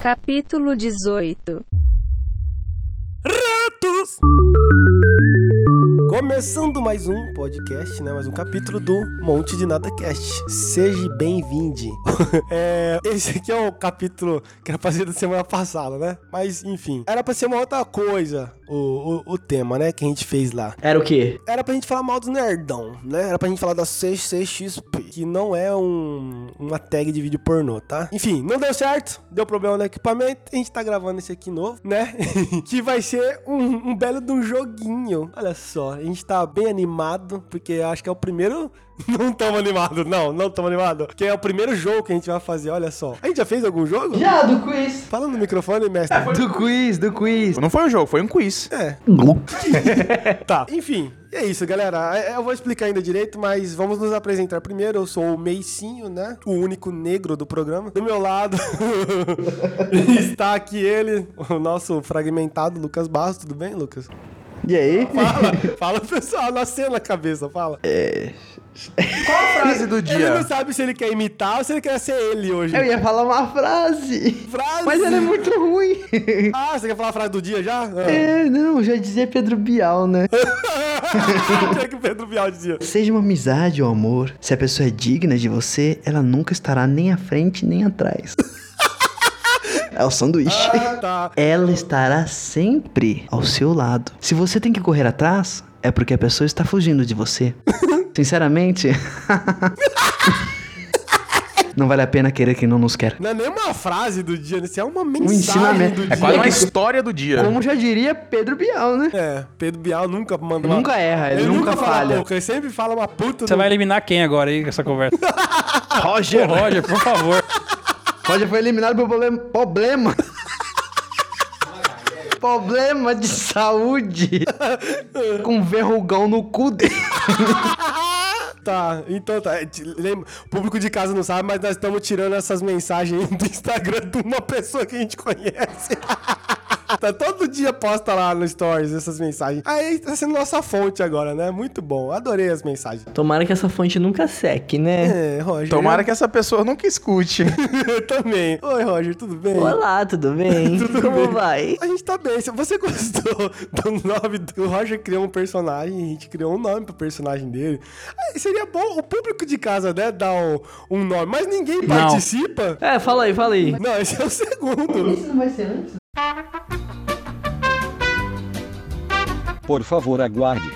Capítulo 18 Ratos! Começando mais um podcast, né? Mais um capítulo do Monte de Nada Cast. Seja bem-vinde. É, esse aqui é o capítulo que era pra ser da semana passada, né? Mas, enfim, era pra ser uma outra coisa o, o, o tema, né? Que a gente fez lá. Era o quê? Era pra gente falar mal dos nerdão, né? Era pra gente falar da CCXP, que não é um, uma tag de vídeo pornô, tá? Enfim, não deu certo, deu problema no equipamento, a gente tá gravando esse aqui novo, né? que vai ser um, um belo de um joguinho. Olha só, a gente tá bem animado, porque acho que é o primeiro... Não tamo animado, não, não tamo animado. Que é o primeiro jogo que a gente vai fazer, olha só. A gente já fez algum jogo? Já, do quiz. Fala no microfone, mestre. Do quiz, do quiz. Não foi um jogo, foi um quiz. É. tá. Enfim, é isso, galera. É- Eu vou explicar ainda direito, mas vamos nos apresentar primeiro. Eu sou o Meicinho, né? O único negro do programa. Do meu lado está aqui ele, o nosso fragmentado Lucas Barros. Tudo bem, Lucas? E aí? Fala, fala pessoal, na cena a cabeça, fala. É, Qual a frase do Ele não dia? sabe se ele quer imitar ou se ele quer ser ele hoje. Eu ia falar uma frase. Frase! Mas ela é muito ruim. Ah, você quer falar a frase do dia já? Ah. É, não, já dizia Pedro Bial, né? O que é que o Pedro Bial dizia? Seja uma amizade ou amor. Se a pessoa é digna de você, ela nunca estará nem à frente nem atrás. É o sanduíche. Ah, tá. Ela estará sempre ao seu lado. Se você tem que correr atrás, é porque a pessoa está fugindo de você. Sinceramente, não vale a pena querer quem não nos quer. Não é nem uma frase do dia, isso é uma mensagem Um ensinamento. do dia. É quase É uma que- história do dia. Como já diria Pedro Bial, né? É, Pedro Bial nunca manda Ele uma... nunca erra, ele nunca fala falha. pouco, ele sempre fala uma puta. Você no- vai eliminar quem agora aí com essa conversa? Ô, Roger, Roger, por favor. Roger foi eliminado por problema. Problema. Problema de saúde. Com verrugão no cu dele. Tá, então tá. é, te- Lembra, o público de casa não sabe, mas nós estamos tirando essas mensagens do Instagram de uma pessoa que a gente conhece. Tá, todo dia posta lá no Stories essas mensagens. Aí tá sendo nossa fonte agora, né? Muito bom. Adorei as mensagens. Tomara que essa fonte nunca seque, né? É, Roger. Tomara que essa pessoa nunca escute. eu também. Oi, Roger, tudo bem? Olá, tudo bem? Como É. bem. vai? A gente tá bem. Se Você gostou do nome do o Roger criou um personagem, a gente criou um nome pro personagem dele. Aí seria bom o público de casa, né, dar um, um nome, mas ninguém participa. É, fala aí, fala aí. Não, esse é o segundo. Isso não vai ser antes? Por favor, aguarde.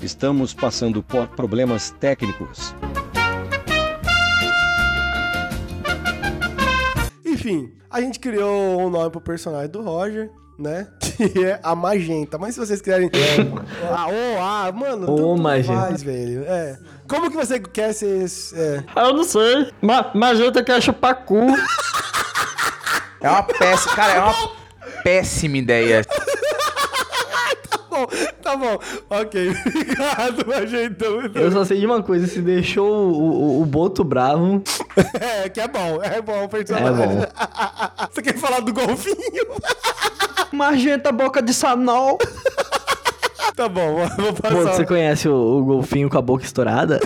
Estamos passando por problemas técnicos. Enfim, a gente criou um nome pro personagem do Roger, né? Que é a Magenta. Mas se vocês quiserem. ah, ô, ah, mano. É. Ô, tanto Magenta. faz, velho. É. Como que você quer ser. esse- É. Eu não sei. Ma Magenta quer chupar cu. É uma péssima. Cara, é uma péssima ideia. Bom, tá bom. Ok. Obrigado, Magenta. Muito Eu só sei de uma coisa, se deixou o, o, o Boto bravo... É, que é bom, é bom o personagem. Você quer falar do golfinho? Magenta boca de sanol. tá bom, vou Pô, passar. você conhece o, o golfinho com a boca estourada?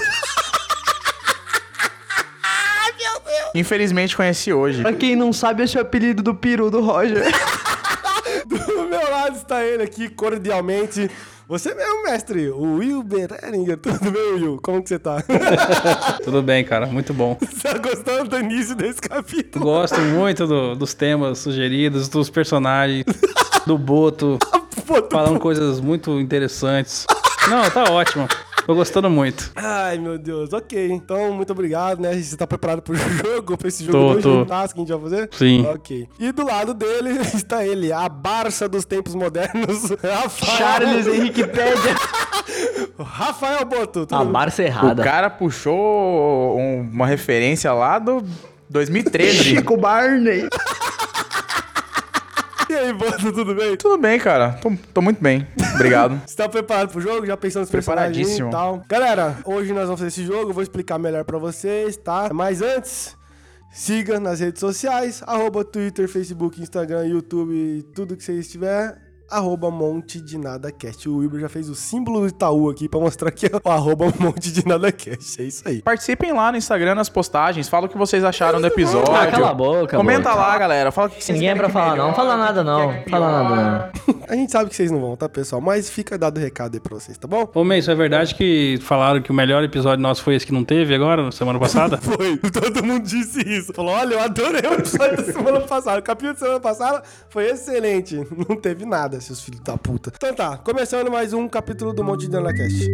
Infelizmente conheci hoje. pra quem não sabe, esse é o apelido do peru do Roger. Do meu lado está ele aqui, cordialmente. Você mesmo, mestre, o Will Bereringer. Tudo bem, Will? Como que você tá? Tudo bem, cara. Muito bom. você tá gostando do início desse capítulo? Gosto muito do- dos temas sugeridos, dos personagens, do Boto, falando coisas muito interessantes. Não, tá ótimo. Tô gostando muito. Ai, meu Deus, ok. Então, muito obrigado, né? Você tá preparado pro jogo, pra esse Tô, jogo tô. do task que a gente vai fazer? Sim. Ok. E do lado dele está ele, a Barça dos tempos modernos, Rafael, Charles Henrique Pédia. Rafael Boto. A bem? Barça O errada. cara puxou um- uma referência lá do 2013. Chico Barney. E aí, Boto, tudo bem? Tudo bem, cara. Tô, tô muito bem. Obrigado. Você tá preparado pro jogo? Já pensou nos personagens e Preparadíssimo. tal? Galera, hoje nós vamos fazer esse jogo, eu vou explicar melhor pra vocês, tá? Mas antes, siga nas redes sociais, arroba Twitter, Facebook, Instagram, YouTube, tudo que vocês tiver. arroba monte de nada cast. O Wilber já fez o símbolo do Itaú aqui pra mostrar que é o arroba monte de nada cast. É isso aí. Participem lá no Instagram nas postagens. Fala o que vocês acharam do episódio. Ah, cala a boca, Comenta amor. lá, galera. Fala o que vocês Ninguém é querem pra que falar não. melhore, Fala nada o que não. que é Fala pior. nada não. A gente sabe que vocês não vão, tá, pessoal? Mas fica dado o recado aí pra vocês, tá bom? Ô, Mê, isso é verdade que falaram que o melhor episódio nosso foi esse que não teve agora, semana passada? Foi, todo mundo disse isso. Falou, olha, eu adorei o episódio da semana passada. O capítulo da semana passada foi excelente. Não teve nada, seus filhos da puta. Então tá, começando mais um capítulo do Monte de Danacast.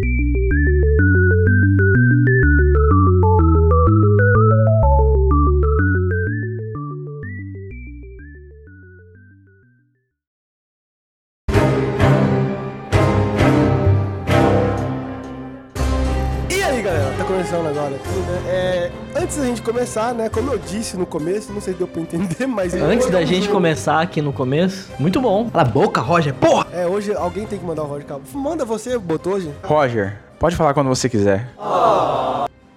E aí, galera, tá começando agora aqui, né? É, antes da gente começar, né? Como eu disse no começo, não sei se deu pra entender, mas. Antes da gente começar aqui no começo, muito bom. Cala a boca, Roger. Porra! É, hoje alguém tem que mandar o Roger Cabo. Manda você, botou hoje? Roger, pode falar quando você quiser.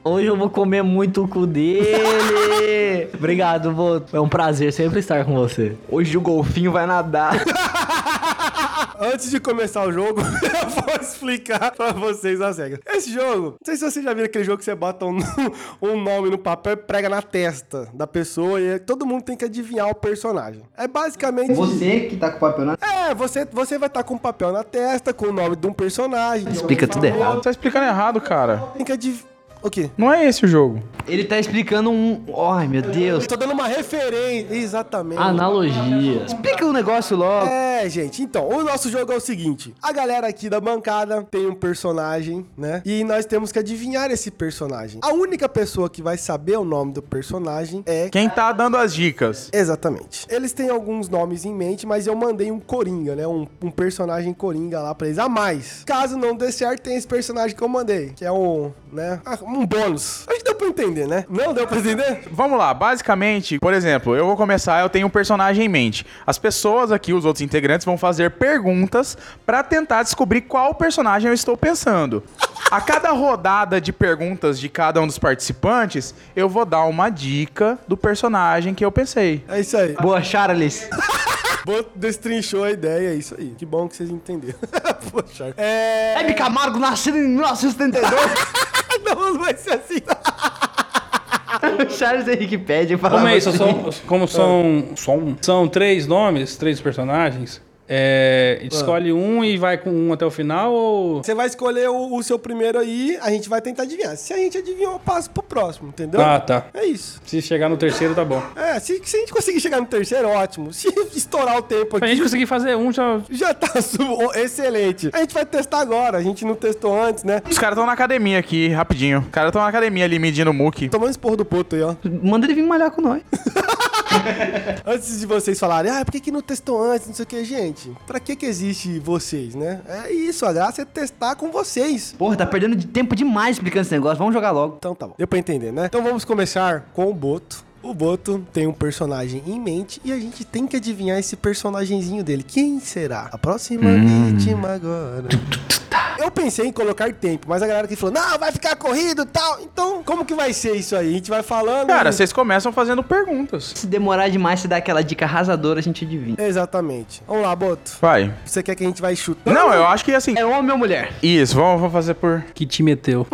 Hoje eu vou comer muito o cu dele. Obrigado, Boto. É um prazer sempre estar com você. Hoje o golfinho vai nadar. Antes de começar o jogo, eu vou explicar pra vocês as regras. Esse jogo, não sei se vocês já viram aquele jogo que você bota um, um nome no papel e prega na testa da pessoa e todo mundo tem que adivinhar o personagem. É basicamente. Você que tá com o papel na... É, você, você vai estar com um papel na testa, com o nome de um personagem. Explica tudo errado. Tá explicando errado, cara. Tem que adivinhar. O quê? Não é esse o jogo. Ele tá explicando um... Ai, meu Deus. Eu tô dando uma referência. Exatamente. Ah, Analogia. Explica o negócio logo. É, gente, então, o nosso jogo é o seguinte: a galera aqui da bancada tem um personagem, né? E nós temos que adivinhar esse personagem. A única pessoa que vai saber o nome do personagem é. Quem tá dando as dicas? Exatamente. Eles têm alguns nomes em mente, mas eu mandei um Coringa, né? Um, um personagem Coringa lá pra eles a mais. Caso não dê certo, tem esse personagem que eu mandei, que é um, né? ah, Um bônus. Acho que deu pra entender, né? Não deu pra entender? Vamos lá, basicamente, por exemplo, eu vou começar, eu tenho um personagem em mente. As pessoas aqui, os outros integrantes, vão fazer perguntas pra tentar descobrir qual personagem eu estou pensando. A cada rodada de perguntas de cada um dos participantes, eu vou dar uma dica do personagem que eu pensei. É isso aí. Boa, Charles. Boto destrinchou a ideia, é isso aí. Que bom que vocês entenderam. Poxa. É. Hebe Camargo, nascido em 1972. Não vai ser assim. Charles Henrique pede para Como é isso? São, como são, são, são três nomes, três personagens, é, escolhe um e vai com um até o final ou... Você vai escolher o, o seu primeiro aí, a gente vai tentar adivinhar. Se a gente adivinhar, eu passo pro próximo, entendeu? Ah, tá. É isso. Se chegar no terceiro, tá bom. É, se, se a gente conseguir chegar no terceiro, ótimo. Se estourar o tempo Pra aqui. gente conseguir fazer um, já... Já tá su- ó, excelente. A gente vai testar agora, a gente não testou antes, né? Os caras estão na academia aqui, rapidinho. Os caras estão na academia ali medindo o muque. Tomando esporro do puto aí, ó. Manda ele vir malhar com nós. Antes de vocês falarem, ah, por que, que não testou antes, não sei o que, gente? Pra que que existe vocês, né? É isso, a graça é testar com vocês. Porra, tá perdendo de tempo demais explicando esse negócio. Vamos jogar logo. Então tá bom. Deu pra entender, né? Então vamos começar com o Boto. O Boto tem um personagem em mente e a gente tem que adivinhar esse personagemzinho dele. Quem será? A próxima vítima agora. Eu pensei em colocar tempo, mas a galera que falou, não, vai ficar corrido e tal. Então, como que vai ser isso aí? A gente vai falando. Cara, e- vocês começam fazendo perguntas. Se demorar demais, se dá aquela dica arrasadora, a gente adivinha. Exatamente. Vamos lá, Boto. Vai. Você quer que a gente vai chutando? Não, eu acho que assim. É homem ou mulher? Isso, vamos, vamos fazer por. Que é te meteu.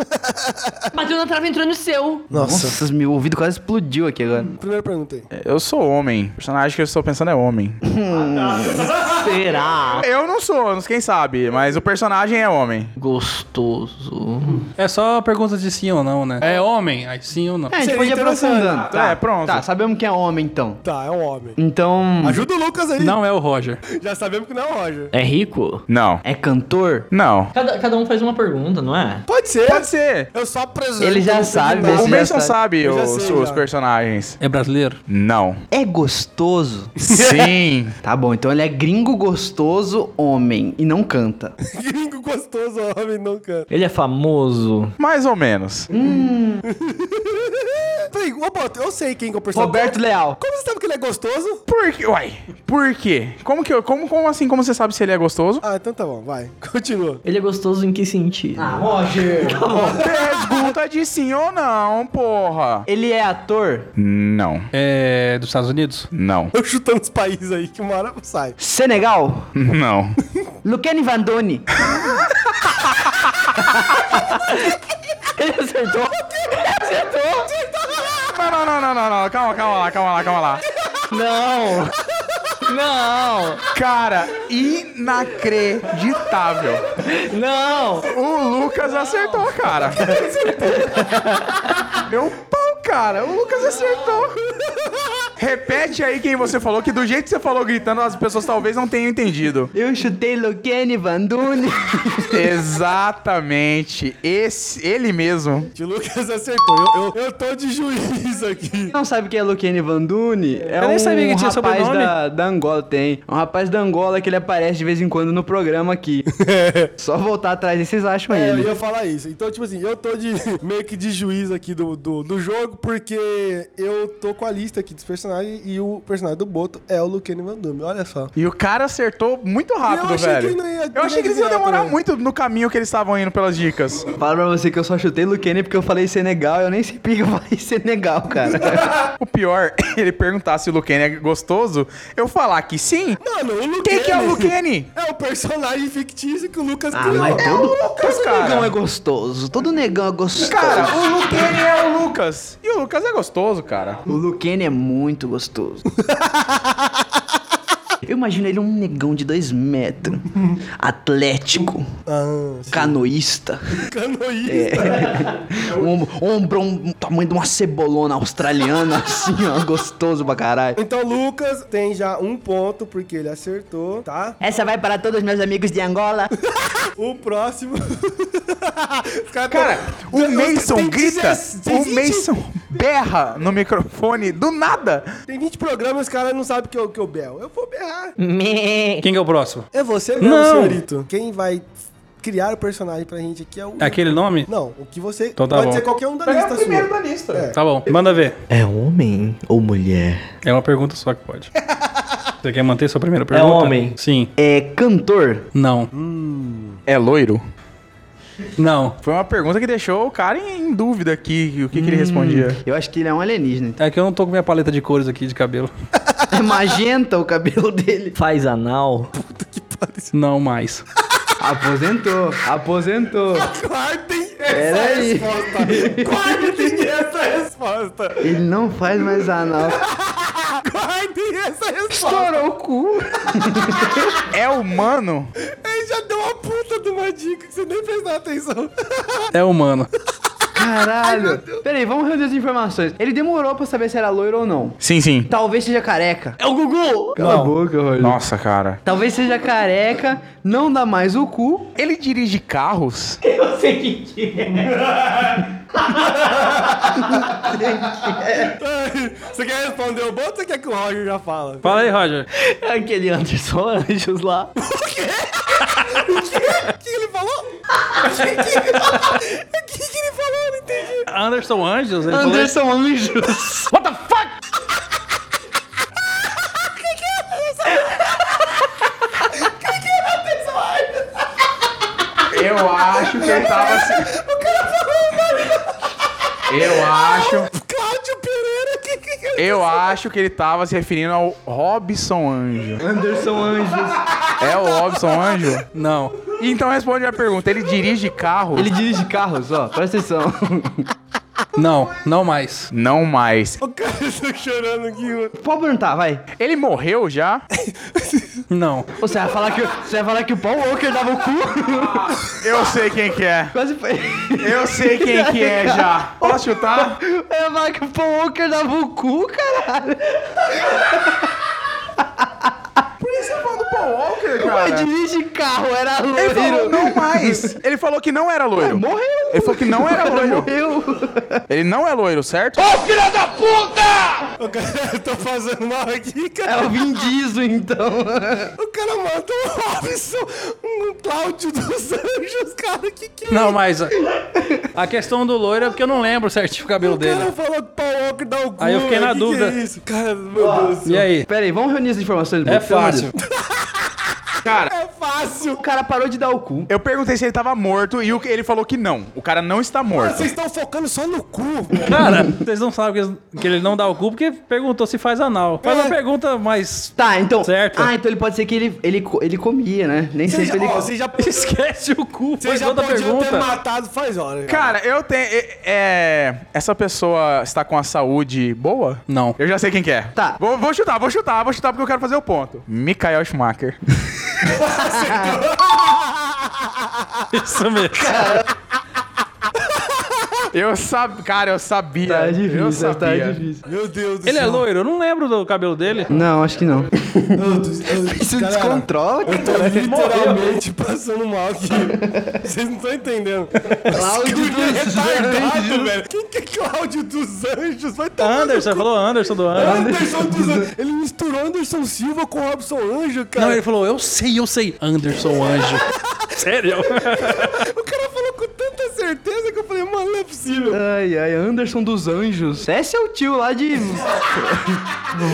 Bateu na trave entrou no seu. Nossa. Nossa, meu ouvido quase explodiu aqui agora. Primeira pergunta aí. Eu sou homem. O personagem que eu estou pensando é homem. Será? Eu não sou, não- quem sabe, mas o personagem é homem. Gostoso. É só pergunta de sim ou não, né? É homem? Aí sim ou não. É, a gente Seria pode ir interessante. aprofundando. É, pronto. Tá, sabemos que é homem então. Tá, é um homem. Então. Ajuda o Lucas aí. Não é o Roger. Já sabemos que não é o Roger. É rico? Não. É cantor? Não. Cada, cada um faz uma pergunta, não é? Pode ser. Pode ser. Eu só apresento. Ele já não sei de sabe, nada. mas O Esse já Mason sabe Eu já os, sei, os já. personagens. É brasileiro? Não. É gostoso? Sim. Tá bom, então ele é gringo gostoso homem e não canta. Gringo gostoso, homem, não canta. Ele é famoso. Mais ou menos. Peraí, ô Boto, eu sei quem que é o personagem. Roberto Leal. Como você sabe que ele é gostoso? Por que. Uai. Por quê? Como que eu. Como, como assim? Como você sabe se ele é gostoso? Ah, então tá bom, vai. Continua. Ele é gostoso em que sentido? Ah. Pergunta de sim ou não, porra. Ele é ator? Não. É. Dos Estados Unidos? Não. Eu chutando os países aí que uma hora sai. Senegal? Não. Lucane Vandone? Ele acertou? Não, não, não, não, não, não. Calma, calma lá, calma lá, calma lá. Não! Não! Cara, inacreditável. Não! O Lucas acertou, cara. Meu pau, cara. O Lucas acertou. Repete aí quem você falou, que do jeito que você falou gritando, as pessoas talvez não tenham entendido. Eu chutei Lucane Vandone. Exatamente. Esse, ele mesmo. O Lucas acertou. Eu, eu, eu tô de juiz aqui. não sabe quem é Lucane Vandune? É Eu um nem sabia que tinha rapaz sobrenome. da, da Angola, tem. É um rapaz da Angola que ele aparece de vez em quando no programa aqui. Só voltar atrás e vocês acham É, eu ele. ia falar isso. Então, tipo assim, eu tô de meio que de juiz aqui do, do, do jogo, porque eu tô com a lista aqui dos personagens e o personagem do Boto é o Luciano Van Damme. Olha só. E o cara acertou muito rápido, Eu achei que velho. ele não ia- eu achei que eles iam não ia demorar também. muito no caminho que eles estavam indo pelas dicas. Fala pra você que eu só chutei Lucane porque eu falei Senegal. Eu nem sei porque eu falei Senegal, cara. O pior, ele perguntar se o Luquene é gostoso, eu falar que sim. Mano, o Luciano. Quem que é o Luquene? É o personagem fictício que o Lucas Ah, criou. mas É o todo- Lucas, Todo negão é cara. gostoso. Todo negão é gostoso. Cara, o Luquene é o Lucas. E o Lucas é gostoso, cara. O Luquene é muito gostoso. Eu imagino ele um negão de dois metros, atlético, Ah. canoísta, canoísta. É. um, ombro, um tamanho de uma cebolona australiana, assim, ó, gostoso pra caralho. Então, o Lucas tem já um ponto, porque ele acertou, tá? Essa vai para todos meus amigos de Angola. O próximo. Os caras tão- Cara, o Tem 16, Mason grita, tem o 20 Mason berra no microfone do nada. Tem 20 programas e os caras não sabem que eu, que eu berro. Eu vou berrar. Hum. Me... Quem que é o próximo? É você mesmo, Não. senhorito. Quem vai criar o personagem pra gente aqui é o... É aquele nome? Não, o que você... Então tá Pode bom. ser qualquer um da É lista sua. lista. Tá bom, manda ver. É homem ou mulher? É uma pergunta só que pode. Você quer manter sua primeira É um pergunta? homem. Sim. É cantor? Não. É loiro? Não. Foi uma pergunta que deixou o cara em em dúvida aqui, o que, que Hum. ele respondia. Eu acho que ele é um alienígena. então. É que eu não tô com minha paleta de cores aqui de cabelo. É magenta o cabelo dele. Faz anal? Não mais. Aposentou, aposentou. Guardem essa Peraí. resposta. Guardem essa resposta. Ele não faz mais anal. Guardem essa resposta. Estourou o cu. É humano? Ele já deu uma puta de uma dica que você nem prestou atenção. É humano. Caralho! Peraí, vamos reunir as informações. Ele demorou pra saber se era loiro ou não. Sim, sim. Talvez seja careca. É o Gugu! Cala a boca, Rogério. Nossa, cara. Talvez seja careca, não dá mais o cu. Ele dirige carros? Eu sei que que é. Você quer responder o bom ou você quer que o Roger já fala? Fala aí, Roger. É aquele Anderson Anjos lá. O que ele falou? O que que ele falou? Eu Não entendi. Anderson Anjos? Ele falou- Anderson Anjos. What the fuck? Eu acho que ele tava assim. Eu acho. Ah, Cláudio Pereira, o que que que ele... tá Eu acho que ele tava se referindo ao Robson Anjo. Anderson Anjos. É o Robson Anjo? Não. Então responde a pergunta. Ele dirige carro? Ele dirige carros, ó. Presta atenção. Não. Não mais. Não mais. O cara tá chorando aqui, mano. Pode perguntar, vai. Ele morreu já? Não. Você vai falar que, você vai falar que o Paul Walker dava o cu? Eu sei quem que é. Quase foi. Eu sei quem que é já. Posso chutar? Eu ia falar que o Paul Walker dava o cu, caralho. Por isso eu falo do Paul Walker, cara. Mas dirige carro, era é Ele falou loiro. não mais. Ele falou que não era loiro. Morreu. Ele falou que não era loiro. Morreu. Ele não é loiro, certo? O cara, eu tô fazendo mal aqui, É cara. o Vin Diesel, então. O cara mandou um Robson, um Cláudio dos Anjos, cara. Que que é Não mais. A questão do loiro é porque eu não lembro certinho o cabelo O cara dele. falou que Paul Joker dá o cu. Aí eu fiquei velho, na que que dúvida. é isso? Cara, meu Deus do céu. E aí? Pera aí, vamos reunir as informações do É Botânia? fácil. Cara, É fácil. O cara parou de dar o cu. eu perguntei se ele tava morto e o- ele falou que não. O cara não está morto. Vocês estão focando só no cu. Cara, vocês não sabem que, eles- que ele não dá o cu porque perguntou se faz anal. Faz uma pergunta mais. Tá, então. Certo. Ah, então ele pode ser que ele, ele, co- ele comia, né? Nem Vocês já, sempre ele. ó, vocês já, Esquece o cu, vocês faz já outra podiam ter pergunta. matado faz hora. Cara, eu tenho. é- é- essa pessoa está com a saúde boa? Não. Eu já sei quem que é. Tá. Vou, vou chutar, vou chutar, vou chutar porque eu quero fazer o ponto. Michael Schumacher. Isso mesmo. Eu sabia. Cara, eu sabia. Tá É, eu difícil, tá sabia. difícil. Meu Deus do Ele é céu. loiro, eu não lembro do cabelo dele. Não, acho que não. Meu Deus, eu- Isso Galera, descontrola, Eu tô literalmente passando mal aqui. Vocês não estão entendendo. Cláudio Que dos É tá retardado, velho. Quem que é Cláudio dos Anjos? Vai tomar no Anderson, falou Anderson do cu. Anderson. Anderson dos Anjos. Ele misturou Anderson Silva com Robson Anjo, cara. Não, ele falou, eu sei, eu sei. Anderson Anjo. Sério? O cara falou com tanta certeza que eu falei, mano, não é possível. Ai, ai, Anderson dos Anjos. Esse é o tio lá de.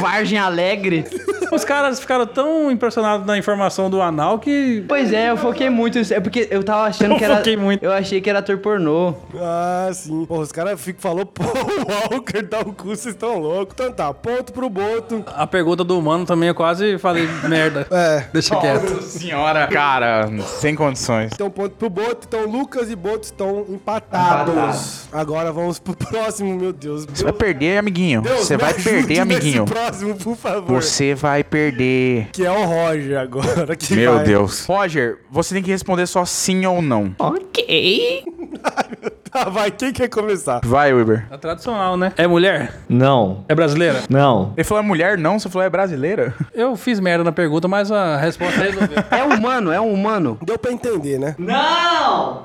Vargem Alegre. Os caras ficaram tão impressionados na informação do anal que. Pois é, eu foquei muito. nisso. É porque eu tava achando Eu que era. foquei muito. Eu achei que era ator pornô. Ah, sim. Pô, os caras ficam falou, pô, o Walker dá o cu, vocês estão loucos. Então tá, ponto pro Boto. A pergunta do humano também eu quase falei merda. É. Deixa quieto. Nossa senhora. Cara, sem condições. Então, ponto pro Boto. Então, Lucas e Boto estão empatados. Agora vamos pro próximo, meu Deus. Você vai perder, amiguinho. Deus, Você me vai ajude perder, nesse amiguinho. próximo, por favor. Você vai perder. Que é o Roger agora. Que Meu vai. Deus. Roger, você tem que responder só sim ou não. Ok. Tá, vai, quem quer começar? Vai, Weber. É tradicional, né? É mulher? Não, É brasileira? não. Ele falou é mulher, não? Você falou é brasileira? Eu fiz merda na pergunta, mas a resposta resolveu. É humano, é um humano. Deu pra entender, né?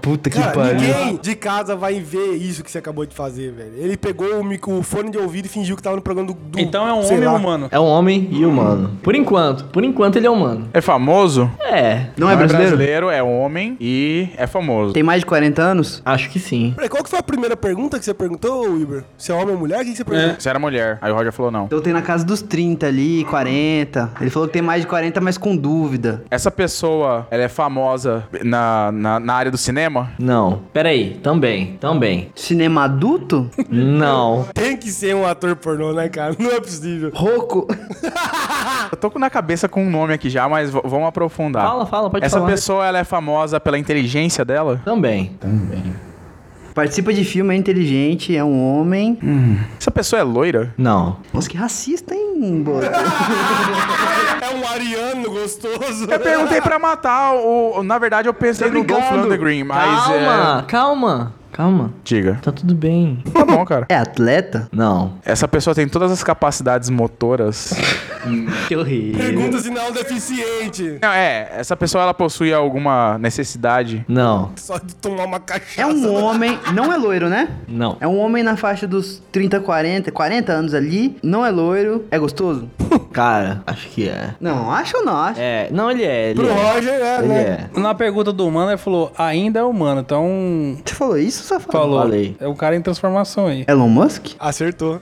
Puta que Cara, pariu. ninguém de casa vai ver isso que você acabou de fazer, velho. Ele pegou o microfone de ouvido e fingiu que tava no programa do... do Então é um sei homem lá. humano. É um homem e humano. Por enquanto, por enquanto ele é humano. É famoso? É, Não é brasileiro? brasileiro, é homem e é famoso. Tem mais de 40 anos? acho que sim. Peraí, qual que foi a primeira pergunta que você perguntou, Wilber? Se é homem ou mulher? O que que você perguntou? Você era mulher. Aí o Roger falou não. Então tem na casa dos 30 ali, 40. Ele falou que tem mais de 40, mas com dúvida. Essa pessoa, ela é famosa na, na, na área do cinema? Não. Peraí, também, também. Cinema adulto? Não. Tem que ser um ator pornô, né, cara? Não é possível. Roco. Eu tô com- na cabeça com um nome aqui já, mas v- vamos aprofundar. Fala, fala, pode Essa falar. pessoa, ela é famosa pela inteligência dela? Também. Participa de filme, é inteligente, é um homem. Essa pessoa é loira? Não. Nossa, que racista, hein, Boto? É um ariano gostoso. Eu perguntei pra matar o... o- Na verdade, eu pensei Tá no Dolph brincando. Lundgren, mas... calma, calma, calma. É... Diga. Tá tudo bem. Tá bom, cara. É atleta? Não. Essa pessoa tem todas as capacidades motoras. Que horrível. Pergunta se não é um deficiente. Não, é, essa pessoa ela possui alguma necessidade. Não, Só de tomar uma cachaça. É um homem, não é loiro, né? não. É um homem na faixa dos 30, 40, 40 anos ali, não é loiro, é gostoso? Cara, acho que é. Não, acho ou não acho? É, não, ele é, ele Pro é. Roger, é, Ele né? é. Na pergunta do humano, ele falou, ainda é humano, então. Você falou isso, safado? Falou. Falei. É o cara em transformação aí. Elon Musk? Acertou.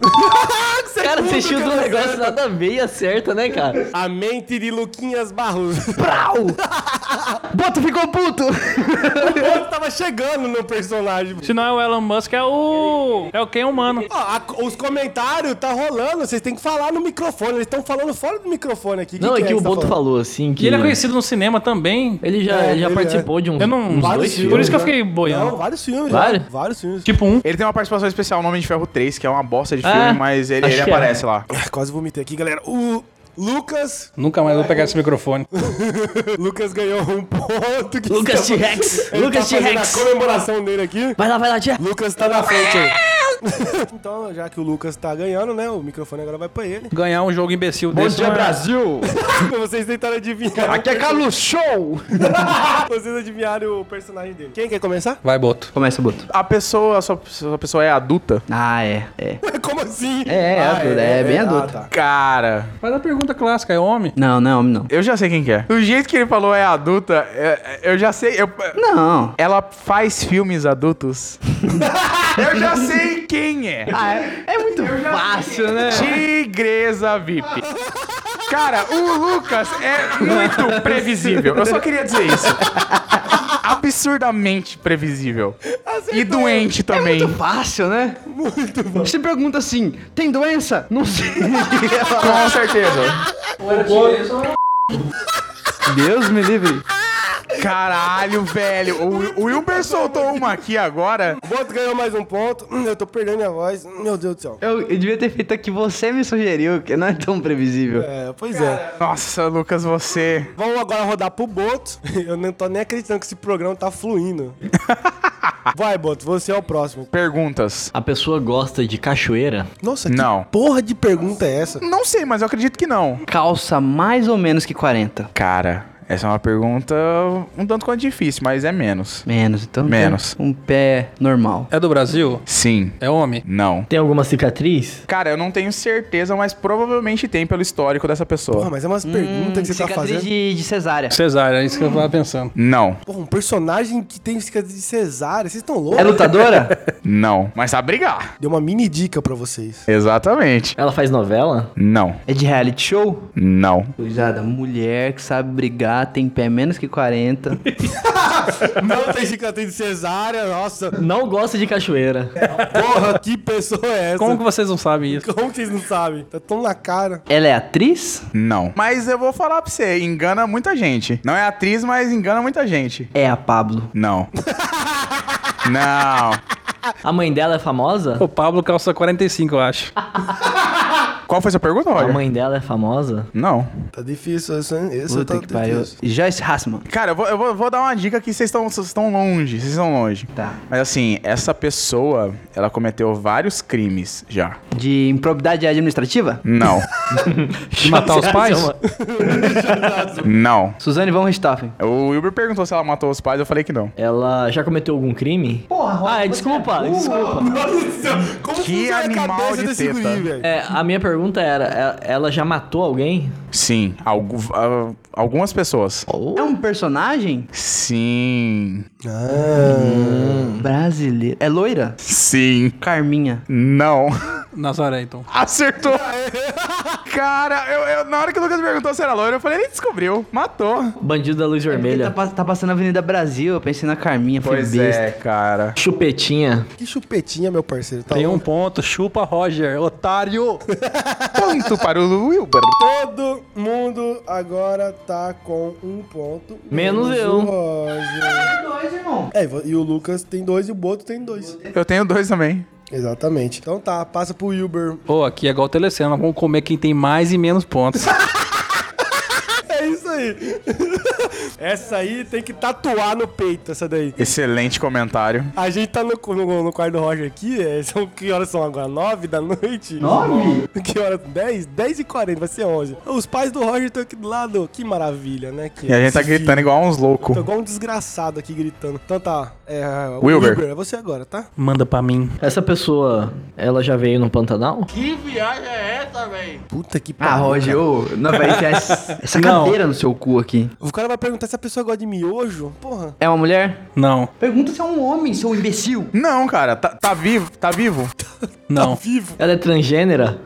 Cara, você chuta um negócio nada bem acerta, né, cara? A mente de Luquinhas Barros. Prau! Boto ficou puto! Quando tava chegando no personagem. Se não é o Elon Musk, é o. É o quem humano. Ó, a- os comentários tá rolando, vocês têm que falar no microfone. Eles estão falando fora do microfone aqui. Não, é que o você tá Boto falando? falou assim que. E ele é conhecido no cinema também. Ele já, É, ele já ele participou de um. Eu não. uns Vários dois filmes, Por isso que eu né? fiquei boiando. Não, vários filmes. Vários? né? Vários filmes. Tipo um. Ele tem uma participação especial no Homem de Ferro 3, que é uma bosta de Ah, filme, mas ele, acho ele que é. aparece lá. Ah, Quase vomitei aqui, galera. O Lucas. Nunca mais vou pegar esse microfone. Lucas ganhou um ponto. Que Lucas tá- T-Rex! Ele Lucas tá fazendo T-Rex! A comemoração dele aqui. Vai lá, vai lá, tia. Lucas tá na frente aí. então, já que o Lucas tá ganhando, né? O microfone agora vai pra ele. Ganhar um jogo imbecil desse. não é- Brasil! Pra vocês tentaram adivinhar. é Carlos Show! Vocês adivinharam o personagem dele. Quem quer começar? Vai, Boto. Começa, Boto. A pessoa, a sua, a pessoa é adulta? Ah, é, é. Ué, como assim? É, é adulta, é bem adulta. Ah, tá. Cara, Faz a pergunta clássica, é homem? Não, não, é homem não. eu já sei quem que é. Do jeito que ele falou é adulta, é- é- eu já sei. eu- Não. ela faz filmes adultos? eu já sei quem é. Ah, é, é muito fácil, né? Tigresa VIP. Cara, o Lucas é muito previsível. Eu só queria dizer isso. Absurdamente previsível. E doente também. Muito fácil, né? Muito bom. Você pergunta assim, tem doença? Não sei. Com certeza. Deus me livre. Caralho, velho. O, o Wilber soltou uma aqui agora. O Boto ganhou mais um ponto. Hum, Eu tô perdendo minha voz. Hum, Meu Deus do céu. Eu, eu devia ter feito a que você me sugeriu, que não é tão previsível. É, pois é. Nossa, Lucas, você. Vamos agora rodar pro Boto. Eu não tô nem acreditando que esse programa tá fluindo. Vai, Boto, você é o próximo. Perguntas. A pessoa gosta de cachoeira, Nossa, que Não. porra de pergunta é essa? Não sei, mas eu acredito que não. Calça mais ou menos que 40. Cara, essa é uma pergunta um tanto quanto difícil, mas é menos. Menos, então. Menos. Um pé normal. É do Brasil? Sim. É homem? Não. tem alguma cicatriz? Cara, eu não tenho certeza, mas provavelmente tem pelo histórico dessa pessoa. Porra, mas é umas perguntas que você tá Cicatriz fazendo. de, de cesárea. Cesárea, é isso que eu tava pensando. Não, Porra, um personagem que tem cicatriz de cesárea. Vocês estão loucos? É lutadora? não. Mas sabe brigar. Deu uma mini dica pra vocês. Exatamente. Ela faz novela? Não, é de reality show? não. Cuidado, mulher que sabe brigar, tem pé menos que 40. Não tem cicatriz de cesárea, nossa. Não gosta de cachoeira. Porra, que pessoa é essa? Como que vocês não sabem isso? Como que vocês não sabem? Tá tão na cara. Ela é atriz? Não. Mas eu vou falar pra você, engana muita gente. Não é atriz, mas engana muita gente. É a Pablo. Não. não. A mãe dela é famosa? O Pablo calça 45, eu acho. Qual foi a sua pergunta, A Roger? mãe dela é famosa? Não. Tá difícil essa, hein? Essa Puta tá que pariu. difícil. Joyce Hassman. Cara, eu vou, eu vou- vou dar uma dica que vocês estão vocês estão longe, vocês estão longe. Tá. Mas assim, essa pessoa, ela cometeu vários crimes já. De improbidade administrativa? Não, De matar os pais? é não. Suzane von Richthofen. O Wilber perguntou se ela matou os pais, eu falei que não. Ela já cometeu algum crime? Porra, Ah, é, desculpa, desculpa. Como Que funciona animal de teta. velho? É, a minha pergunta era, e- ela já matou alguém? Sim, algu- ah, algumas pessoas. É um personagem Sim, Ah, brasileiro. É loira? sim, Carminha. não. Nazaré, então. Acertou. Cara, eu, eu- na hora que o Lucas perguntou se era loira, eu falei, ele descobriu, matou. Bandido da Luz Ele tá, Vermelha. pa- tá passando a Avenida Brasil, eu pensei na Carminha, foi é. besta. cara. Chupetinha. Que chupetinha, meu parceiro. Tá Tem um louco? ponto, chupa Roger, otário. Ponto para o Wilber. Todo mundo agora tá com um ponto. Menos eu. o Roger. É, e o Lucas tem dois e o Boto tem dois. Eu tenho dois também. Exatamente. Então tá, passa pro Wilber. Pô, aqui é igual o Telecena, vamos comer quem tem mais e menos pontos. É isso aí. essa aí tem que tatuar no peito, essa daí. Excelente comentário. A gente tá no, no, no quarto do Roger aqui, é, são que horas são agora? Nove da noite? Nome? Que horas? Dez? Dez e quarenta, vai ser onze. Os pais do Roger estão aqui do lado, que maravilha, né? Que E a gente tá esse filho. gritando igual uns loucos. Tô igual um desgraçado aqui gritando. Então tá, é... Wilber. é você agora, tá? Manda pra mim. Essa pessoa, ela já veio no Pantanal? Puta que Ah, Roger, ô. Não, vai ter essa essa Não. cadeira no seu cu aqui. O cara vai perguntar se a pessoa gosta de miojo. Porra. É uma mulher? Não, Pergunta se é um homem, seu imbecil. Não, cara, tá, tá vivo, tá vivo. não, Vivo. Ela é transgênera?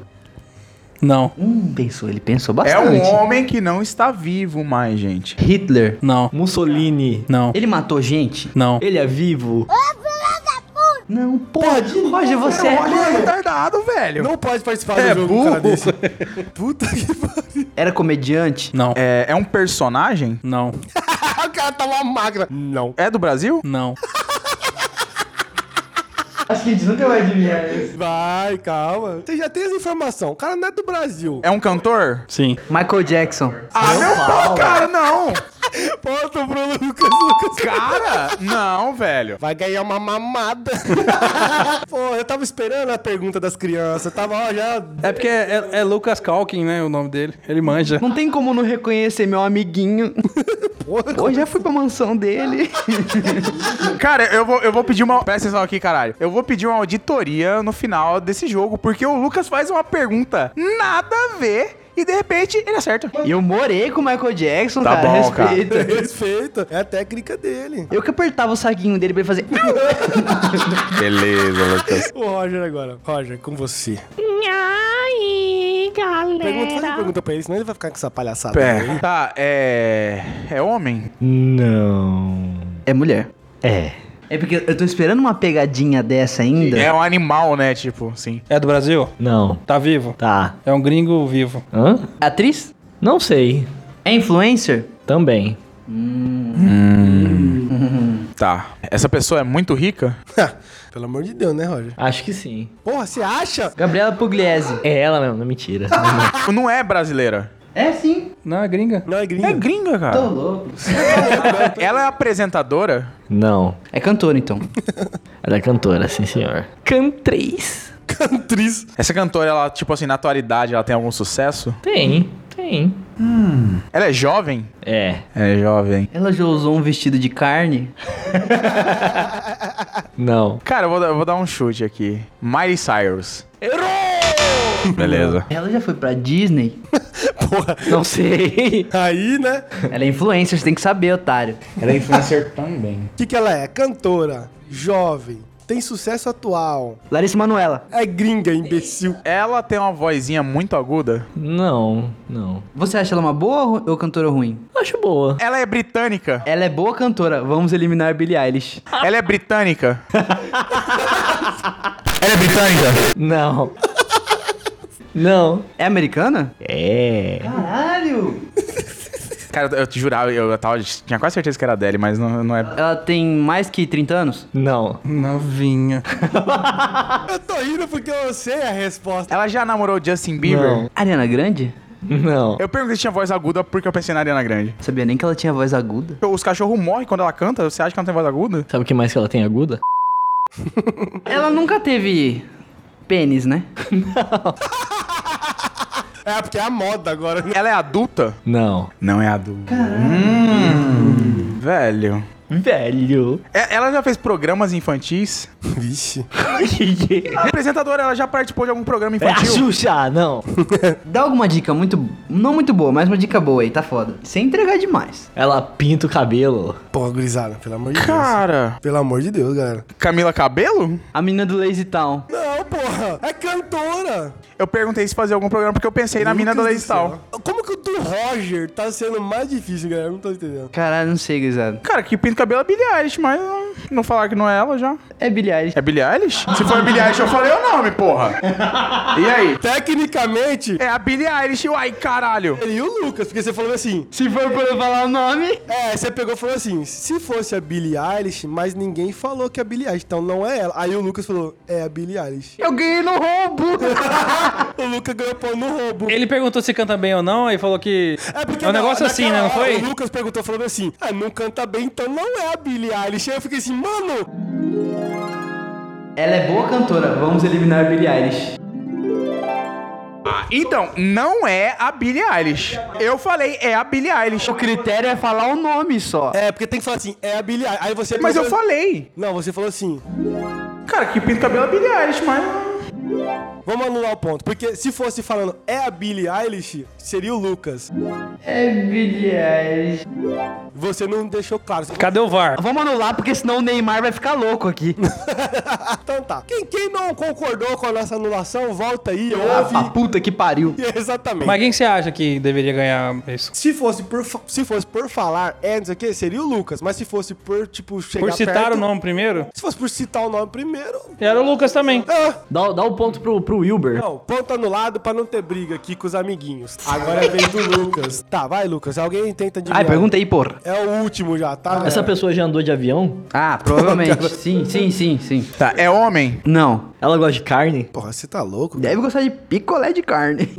não, Hum, pensou, ele pensou É um bastante. homem que não está vivo mais, gente. Hitler. não, Mussolini? não, Ele matou gente? não. Ele é vivo? Não pode. Roger, você é... Olha, é retardado, velho. Não pode participar É do jogo um cara burro? desse. Puta que pariu. Era comediante? Não, É, é um personagem? não, Ah, o cara tá uma máquina. Não. É do Brasil? não. Acho que a gente nunca vai adivinhar isso. Vai, calma. Você já tem essa informação. O cara não é do Brasil. É um cantor? Sim. Michael Jackson. Ah, meu pau, cara, não! Ponto pro Lucas, Lucas. Cara, não, velho. Vai ganhar uma mamada. Pô, eu tava esperando a pergunta das crianças. Tava, ó, já. É porque é, é- é Lucas Calkin, né, o nome dele. Ele manja. Não tem como não reconhecer meu amiguinho. Porra. Eu já fui pra mansão dele. Cara, eu vou, eu vou pedir uma. Presta atenção aqui, caralho. Eu vou pedir uma auditoria no final desse jogo, porque o Lucas faz uma pergunta nada a ver. e de repente ele acerta. Eu morei com o Michael Jackson, Tá cara. bom, cara. respeita. Respeita. É a técnica dele. Eu que apertava o saguinho dele pra ele fazer. Beleza, Lucas. O Roger agora. Roger, com você. Ai, Pergunta, faz uma galera. pergunta pra ele, senão ele vai ficar com essa palhaçada. Pé. Tá, é. É homem? Não. É mulher. É. É porque eu tô esperando uma pegadinha dessa ainda. É um animal, né? Tipo, sim. É do Brasil? Não. Tá vivo? Tá. É um gringo vivo. Hã? Atriz? Não sei. É influencer? Também. Tá. Essa pessoa é muito rica? Pelo amor de Deus, né, Roger? Acho que sim. Porra, você acha? Gabriela Pugliese. É ela mesmo, não mentira. Não é brasileira. É sim. Não, é gringa. Não, é gringo. É gringa, cara. Tô louco. Ela é apresentadora? não. É cantora, então. Ela é cantora, sim senhor. Cantriz. É Cantriz. Essa cantora, ela, tipo assim, na atualidade, ela tem algum sucesso? Tem, tem. Ela é jovem? É. É jovem. Ela já usou um vestido de carne? Não. Cara, eu vou, dar- eu vou dar um chute aqui. Miley Cyrus. Errou! Beleza. Ela já foi pra Disney? Porra. Não sei. Aí, né? Ela é influencer, você tem que saber, otário. Ela é influencer também. O que, que ela é? Cantora, jovem, tem sucesso atual. Larissa Manuela. É gringa, imbecil. Ela tem uma vozinha muito aguda? Não, não. Você acha ela uma boa ou ru- ou cantora ruim? Acho boa. Ela é britânica? Ela é boa cantora. Vamos eliminar a Billie Eilish. Ela é britânica? Ela é britânica? Não. não. É americana? É. Caralho! Cara, eu te jurava, eu, eu tava, tinha quase certeza que era dela, mas não, não é. Ela tem mais que 30 anos? Não. Novinha. Eu tô rindo porque eu sei a resposta. Ela já namorou o Justin Bieber? Não. Ariana Grande? Não. Eu perguntei se tinha voz aguda porque eu pensei na Ariana Grande. Sabia nem que ela tinha voz aguda. Os cachorros morrem quando ela canta? Você acha que ela não tem voz aguda? Sabe o que mais que ela tem aguda? Ela nunca teve pênis, né? É, porque é a moda agora. né? Ela é adulta? Não. Não é adulta. Hum, velho. Velho. É- Ela já fez programas infantis? Vixe. A apresentadora, ela já participou de algum programa É a infantil? Xuxa, não. Dá alguma dica muito. Não muito boa, mas uma dica boa aí, tá foda. Sem entregar demais. Ela pinta o cabelo. Porra, gurizada, pelo amor de Deus. Cara, Pelo amor de Deus, galera. Camila Cabelo? A menina do Lazy Town. Não, porra. É cantora. Eu perguntei se fazia algum programa porque eu pensei na mina do Lucas Lazy Town. céu. Como que o do Roger tá sendo mais difícil, galera? Eu Não tô entendendo. Caralho, não sei, gurizada. Cara, que pinta o cabelo é Billie Eilish, mas não, não falar que não é ela já. É Billie Eilish. É Billie Eilish? Se for Billie Eilish, eu falei o nome, porra. E aí? Tecnicamente, É a Billie Eilish, uai, caralho. ele e o Lucas, porque você falou assim. Se for pra eu falar o nome. É, você pegou e falou assim: se fosse a Billie Eilish, mas ninguém falou que é a Billie Eilish, então não é ela. Aí o Lucas falou: é a Billie Eilish. Eu ganhei no roubo! O Lucas ganhou pão no roubo. Ele perguntou se canta bem ou não e falou que. É um na- negócio assim, né? naquela Não hora foi? O Lucas perguntou, falando assim: ah, não canta bem, então não é a Billie Eilish. Aí eu fiquei assim, mano. Ela é boa cantora, vamos eliminar a Billie Eilish. Então, não é a Billie Eilish. Eu falei, é a Billie Eilish. O critério é falar o nome só. É, porque tem que falar assim: é a Billie Eilish. Aí você. Mas eu perguntou- falei. Não, você falou assim: Cara, que pinta o cabelo é Billie Eilish, mas... vamos anular o ponto. Porque se fosse falando é a Billie Eilish, seria o Lucas. É Billie Eilish. Você não deixou claro. Cadê o VAR? Vamos anular, porque senão o Neymar vai ficar louco aqui. Então tá. Quem, quem não concordou com a nossa anulação, volta aí, A ouve. Ah, puta que pariu. Exatamente. Mas quem você acha que deveria ganhar isso? Se fosse por, fa- se fosse por falar, é, não sei o que, seria o Lucas. Mas se fosse por, tipo, chegar Por citar perto- o nome primeiro? Se fosse por citar o nome primeiro... Era o Lucas também. Ah, Dá, dá o ponto pro, pro Wilber. não, ponto anulado pra não ter briga aqui com os amiguinhos. Agora vem do Lucas. Tá, vai, Lucas. Alguém tenta adivinhar. Ai, pergunta aí, porra. É o último já, tá? Essa galera? pessoa já andou de avião? Ah, provavelmente. Sim, sim, sim, sim. Tá, é homem. Não. Ela gosta de carne? Porra, você tá louco? Deve gostar de picolé de carne.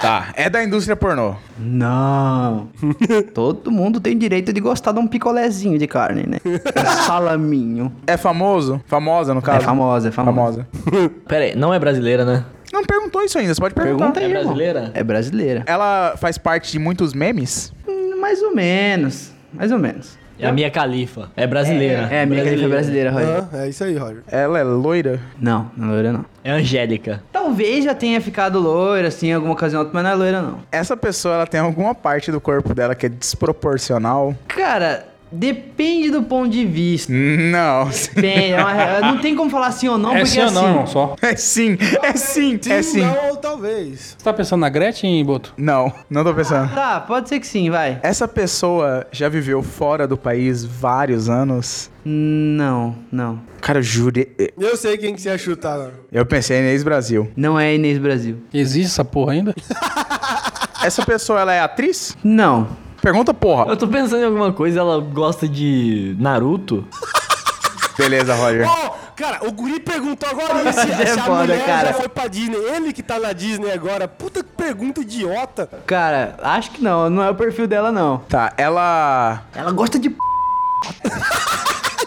Tá, é da indústria pornô. Não. Todo mundo tem direito de gostar de um picolézinho de carne, né? Um salaminho. É famoso? Famosa, no caso? É famosa, é famosa. Tá. Famosa. Pera aí, não é brasileira, né? Não perguntou isso ainda, você pode perguntar. Pergunta aí, É irmão. brasileira? É brasileira. Ela faz parte de muitos memes? Hum, Mais ou menos. Mais ou menos. É a minha califa. É brasileira. É, minha califa é brasileira, Roger. Hã? é isso aí, Roger. Ela é loira? Não, não é loira, não. É Angélica. Talvez já tenha ficado loira, assim, em alguma ocasião, mas não é loira, não. Essa pessoa, ela tem alguma parte do corpo dela que é desproporcional? Cara, depende do ponto de vista. Não. Depende, é uma- não tem como falar assim ou não, é porque sim ou assim... não, irmão, só. É sim, é sim, é sim. não, ou talvez. Você tá pensando na Gretchen, Boto? Não, não tô pensando. Tá, pode ser que sim, vai. Essa pessoa já viveu fora do país vários anos? Não, não. Cara, eu juro. eu- Eu sei quem que você ia chutar. né? Eu pensei nesse Brasil. Não é Inês Brasil. Existe essa porra ainda? Essa pessoa, ela é atriz? Não. Pergunta, porra. Eu tô pensando em alguma coisa, ela gosta de Naruto? Beleza, Roger. Ó, cara, o guri perguntou agora se, É se a foda, mulher cara. já foi pra Disney. Ele que tá na Disney agora. Puta que pergunta idiota. Cara, acho que não, não é o perfil dela, não. Tá, ela. Ela gosta de p...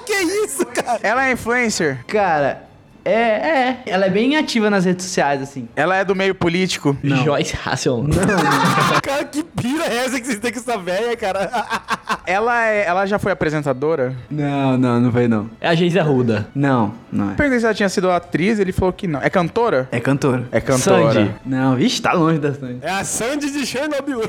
Que isso, cara? Ela é influencer? Cara, é, é. Ela é bem ativa nas redes sociais, assim. Ela é do meio político? Joyce Hasselman. Cara, que pira é essa que vocês têm com essa velha, cara? Ela é. Ela já foi apresentadora? Não, não, não foi não. É a Geisa Ruda. Não, não é. Perguntei se ela tinha sido atriz, ele falou que não. É cantora? É cantora. É cantora. Sandy. Não, vixe, tá longe da Sandy. É a Sandy de Chernobyl.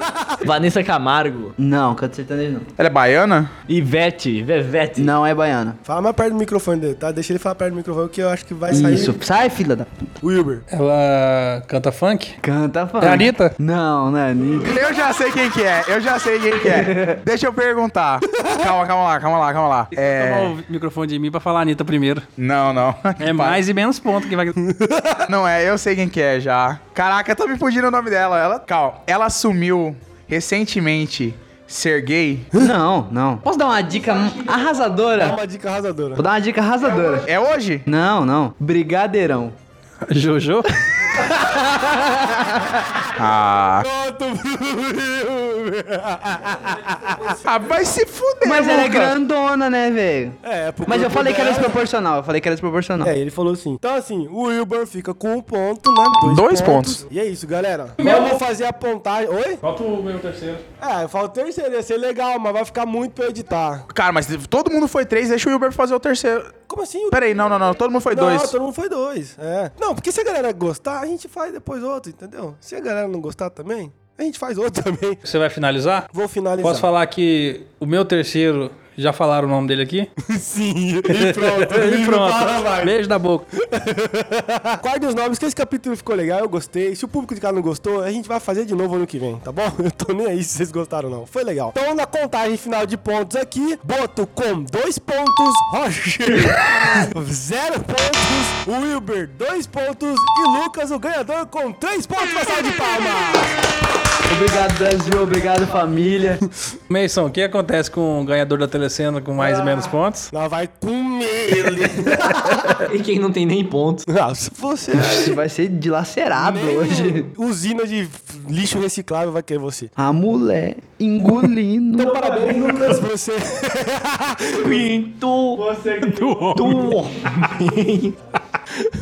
Vanessa Camargo. Não, canto sertanejo não. Ela é baiana? Ivete. Vevete. Não é baiana. Fala mais perto do microfone dele, tá? Deixa ele falar perto do microfone que eu acho que vai sair. Isso, sai, filha da... Wilber. Ela canta funk? Canta funk. É a Anitta? Não, não é Anitta. Eu já sei quem que é, eu já sei quem que é. Deixa eu perguntar. Calma, calma lá, calma lá, calma lá. tá É. Tomar o microfone de mim pra falar a Anitta primeiro. Não, não. É mais e menos ponto que vai. Não é, eu sei quem que é já. Caraca, tá me fugindo o nome dela. Ela. Calma. Ela assumiu recentemente ser gay. Não, não. Posso dar uma dica Dá arrasadora? É uma dica arrasadora. Vou dar uma dica arrasadora. É hoje? Não, não. Brigadeirão. Jojo? Ah. Pronto, Wilber. ah, vai se fuder, Mas ela é Lucas. grandona, né, velho? É, pro Mas eu corpo falei que era dela. desproporcional. Eu falei que era desproporcional. É, ele falou assim. Então, assim, o Wilber fica com um ponto, né? Dois pontos. E é isso, galera. Vamos fazer a pontagem. Oi? Falta o meu terceiro. É, falta o terceiro. Ia ser legal, mas vai ficar muito pra eu editar. Cara, mas todo mundo foi três, deixa o Wilber fazer o terceiro. Como assim? o- Peraí, não, não, não. Todo mundo foi não, dois. todo mundo foi dois. É. Não, porque se a galera gostar, a gente faz depois outro, entendeu? Se a galera não gostar também, a gente faz outro também. Você vai finalizar? Vou finalizar. Posso falar que o meu terceiro. Já falaram o nome dele aqui? Sim, e pronto. E pronto. Fala mais. Beijo da boca. Aguardem os nomes, que esse capítulo ficou legal, eu gostei. Se o público de casa não gostou, a gente vai fazer de novo ano que vem, tá bom? Eu tô nem aí se vocês gostaram ou não. Foi legal. Então, na contagem final de pontos aqui, Boto com dois pontos, Roger zero pontos, Wilber dois pontos e Lucas, o ganhador, com três pontos na sala de palmas. Obrigado, Brasil. Obrigado, família. Mason, o que acontece com o ganhador da Telecena com mais e Ah. menos pontos? Lá vai comer ele. E quem não tem nem ponto. Ah, se você... Você vai ser dilacerado hoje. Usina de lixo reciclável vai querer você. A mulher engolindo. Então, parabéns, Lucas, você... Pinto.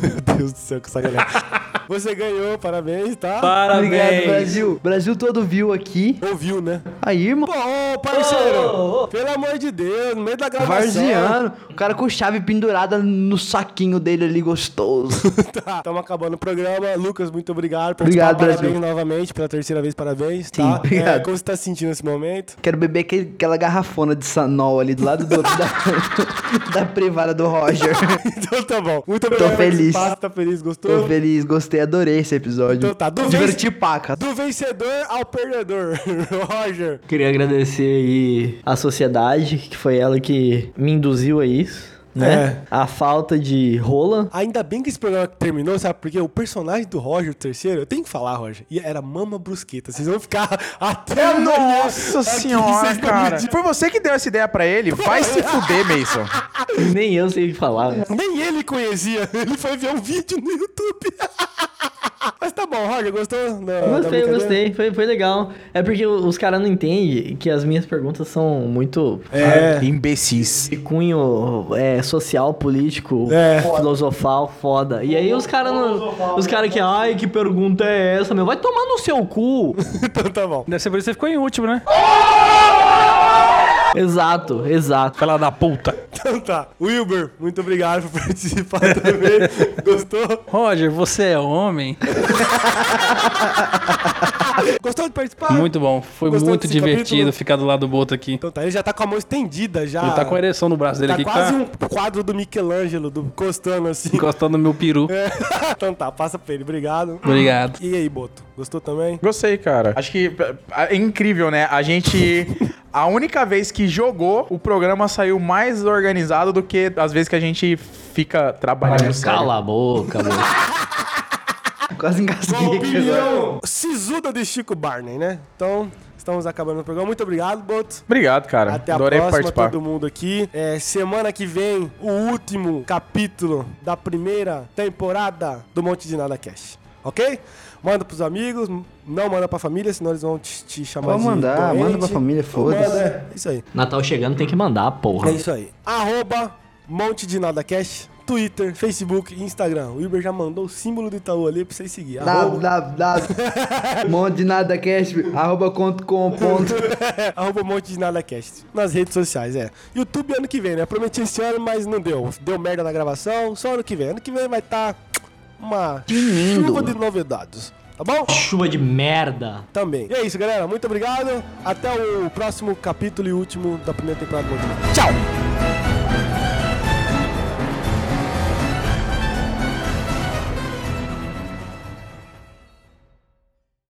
Meu Deus do céu, que sacanagem. Você ganhou, parabéns, tá? Obrigado, Brasil. Brasil todo viu aqui. Ouviu, né? Aí, irmão. Ô, parceiro! Pelo amor de Deus, no meio da gravação. Varziano. O cara com chave pendurada no saquinho dele ali, gostoso. Tá, Estamos acabando o programa. Lucas, muito obrigado. por Obrigado, participar. Brasil. Parabéns novamente, pela terceira vez, parabéns. Sim, tá? obrigado. como você tá se sentindo nesse momento? Quero beber aquele- aquela garrafona de sanol ali do lado do, da, da privada do Roger. então tá bom. Muito obrigado. pelo feliz. espaço, Tá feliz, gostou? Tô feliz, gostei, adorei esse episódio. Então tá, do Diverti vez- paca. Do vencedor ao perdedor, Roger. Queria agradecer aí a sociedade, que foi ela que me induziu a isso. É. Né? A falta de rola. Ainda bem que esse programa terminou, sabe? Porque o personagem do Roger, o terceiro, eu tenho que falar, Roger, e era Mama Brusqueta. Vocês vão ficar até amanhã Nossa aqui, senhora, vocês não cara. me Foi você que deu essa ideia pra ele? Vai se fuder, Mason. Nem eu sei falar. né? Nem ele conhecia. Ele foi ver um vídeo no YouTube. Mas tá bom, Roger, gostou? da- da É, Gostei, tá brincadeira? gostei. Foi, foi legal. É porque os caras não entendem que as minhas perguntas são muito É. Imbecis. de cunho é, social, político, É. filosofal, foda. E aí os caras não. Os caras que, ai, que pergunta é essa, meu? Vai tomar no seu cu. Então tá bom. Deve ser por isso que você ficou em último, né? Exato, exato. Fala da puta. Então tá. Wilber, muito obrigado por participar também. Gostou? Roger, você é homem? Gostou de participar? Muito bom. Foi Gostou muito desse divertido capítulo? ficar do lado do Boto aqui. Então tá, ele já tá com a mão estendida já. Ele tá com a ereção no braço dele Tá aqui, quase tá um quadro do Michelangelo, do costando assim. encostando no meu peru. É. Então tá, passa pra ele. Obrigado. Obrigado. E aí, Boto? Gostou também? Gostei, cara. Acho que é incrível, né? A gente. A única vez que jogou, o programa saiu mais organizado do que as vezes que a gente fica trabalhando. sério. Cala a boca, mano. Quase engasguei aqui agora. Sisuda de Chico Barney, né? Então, estamos acabando o programa. Muito obrigado, Boto. Obrigado, cara. Até a É, Adorei próxima, participar. todo mundo aqui. É, semana que vem, o último capítulo da primeira temporada do Monte de Nada Cash. Ok? Manda pros amigos, não manda pra família, senão eles vão te, te chamar Pode de mandar, doente. manda pra família, foda-se. Manda, é, isso aí. Natal chegando tem que mandar, porra. É isso aí. Arroba Monte de Nada Cash, Twitter, Facebook e Instagram. O Wilber já mandou o símbolo do Itaú ali pra vocês seguirem. Arroba- Monte de nada cash, arroba conto com ponto. Arroba um monte de nada cast. Nas redes sociais, é. YouTube ano que vem, né? Prometi esse ano, mas não deu. Deu merda na gravação, só ano que vem. Ano que vem vai estar uma chuva de novidades. Tá bom? Chuva de merda. Também. E é isso, galera. Muito obrigado. Até o próximo capítulo e último da primeira temporada do Monte de Nada. Tchau!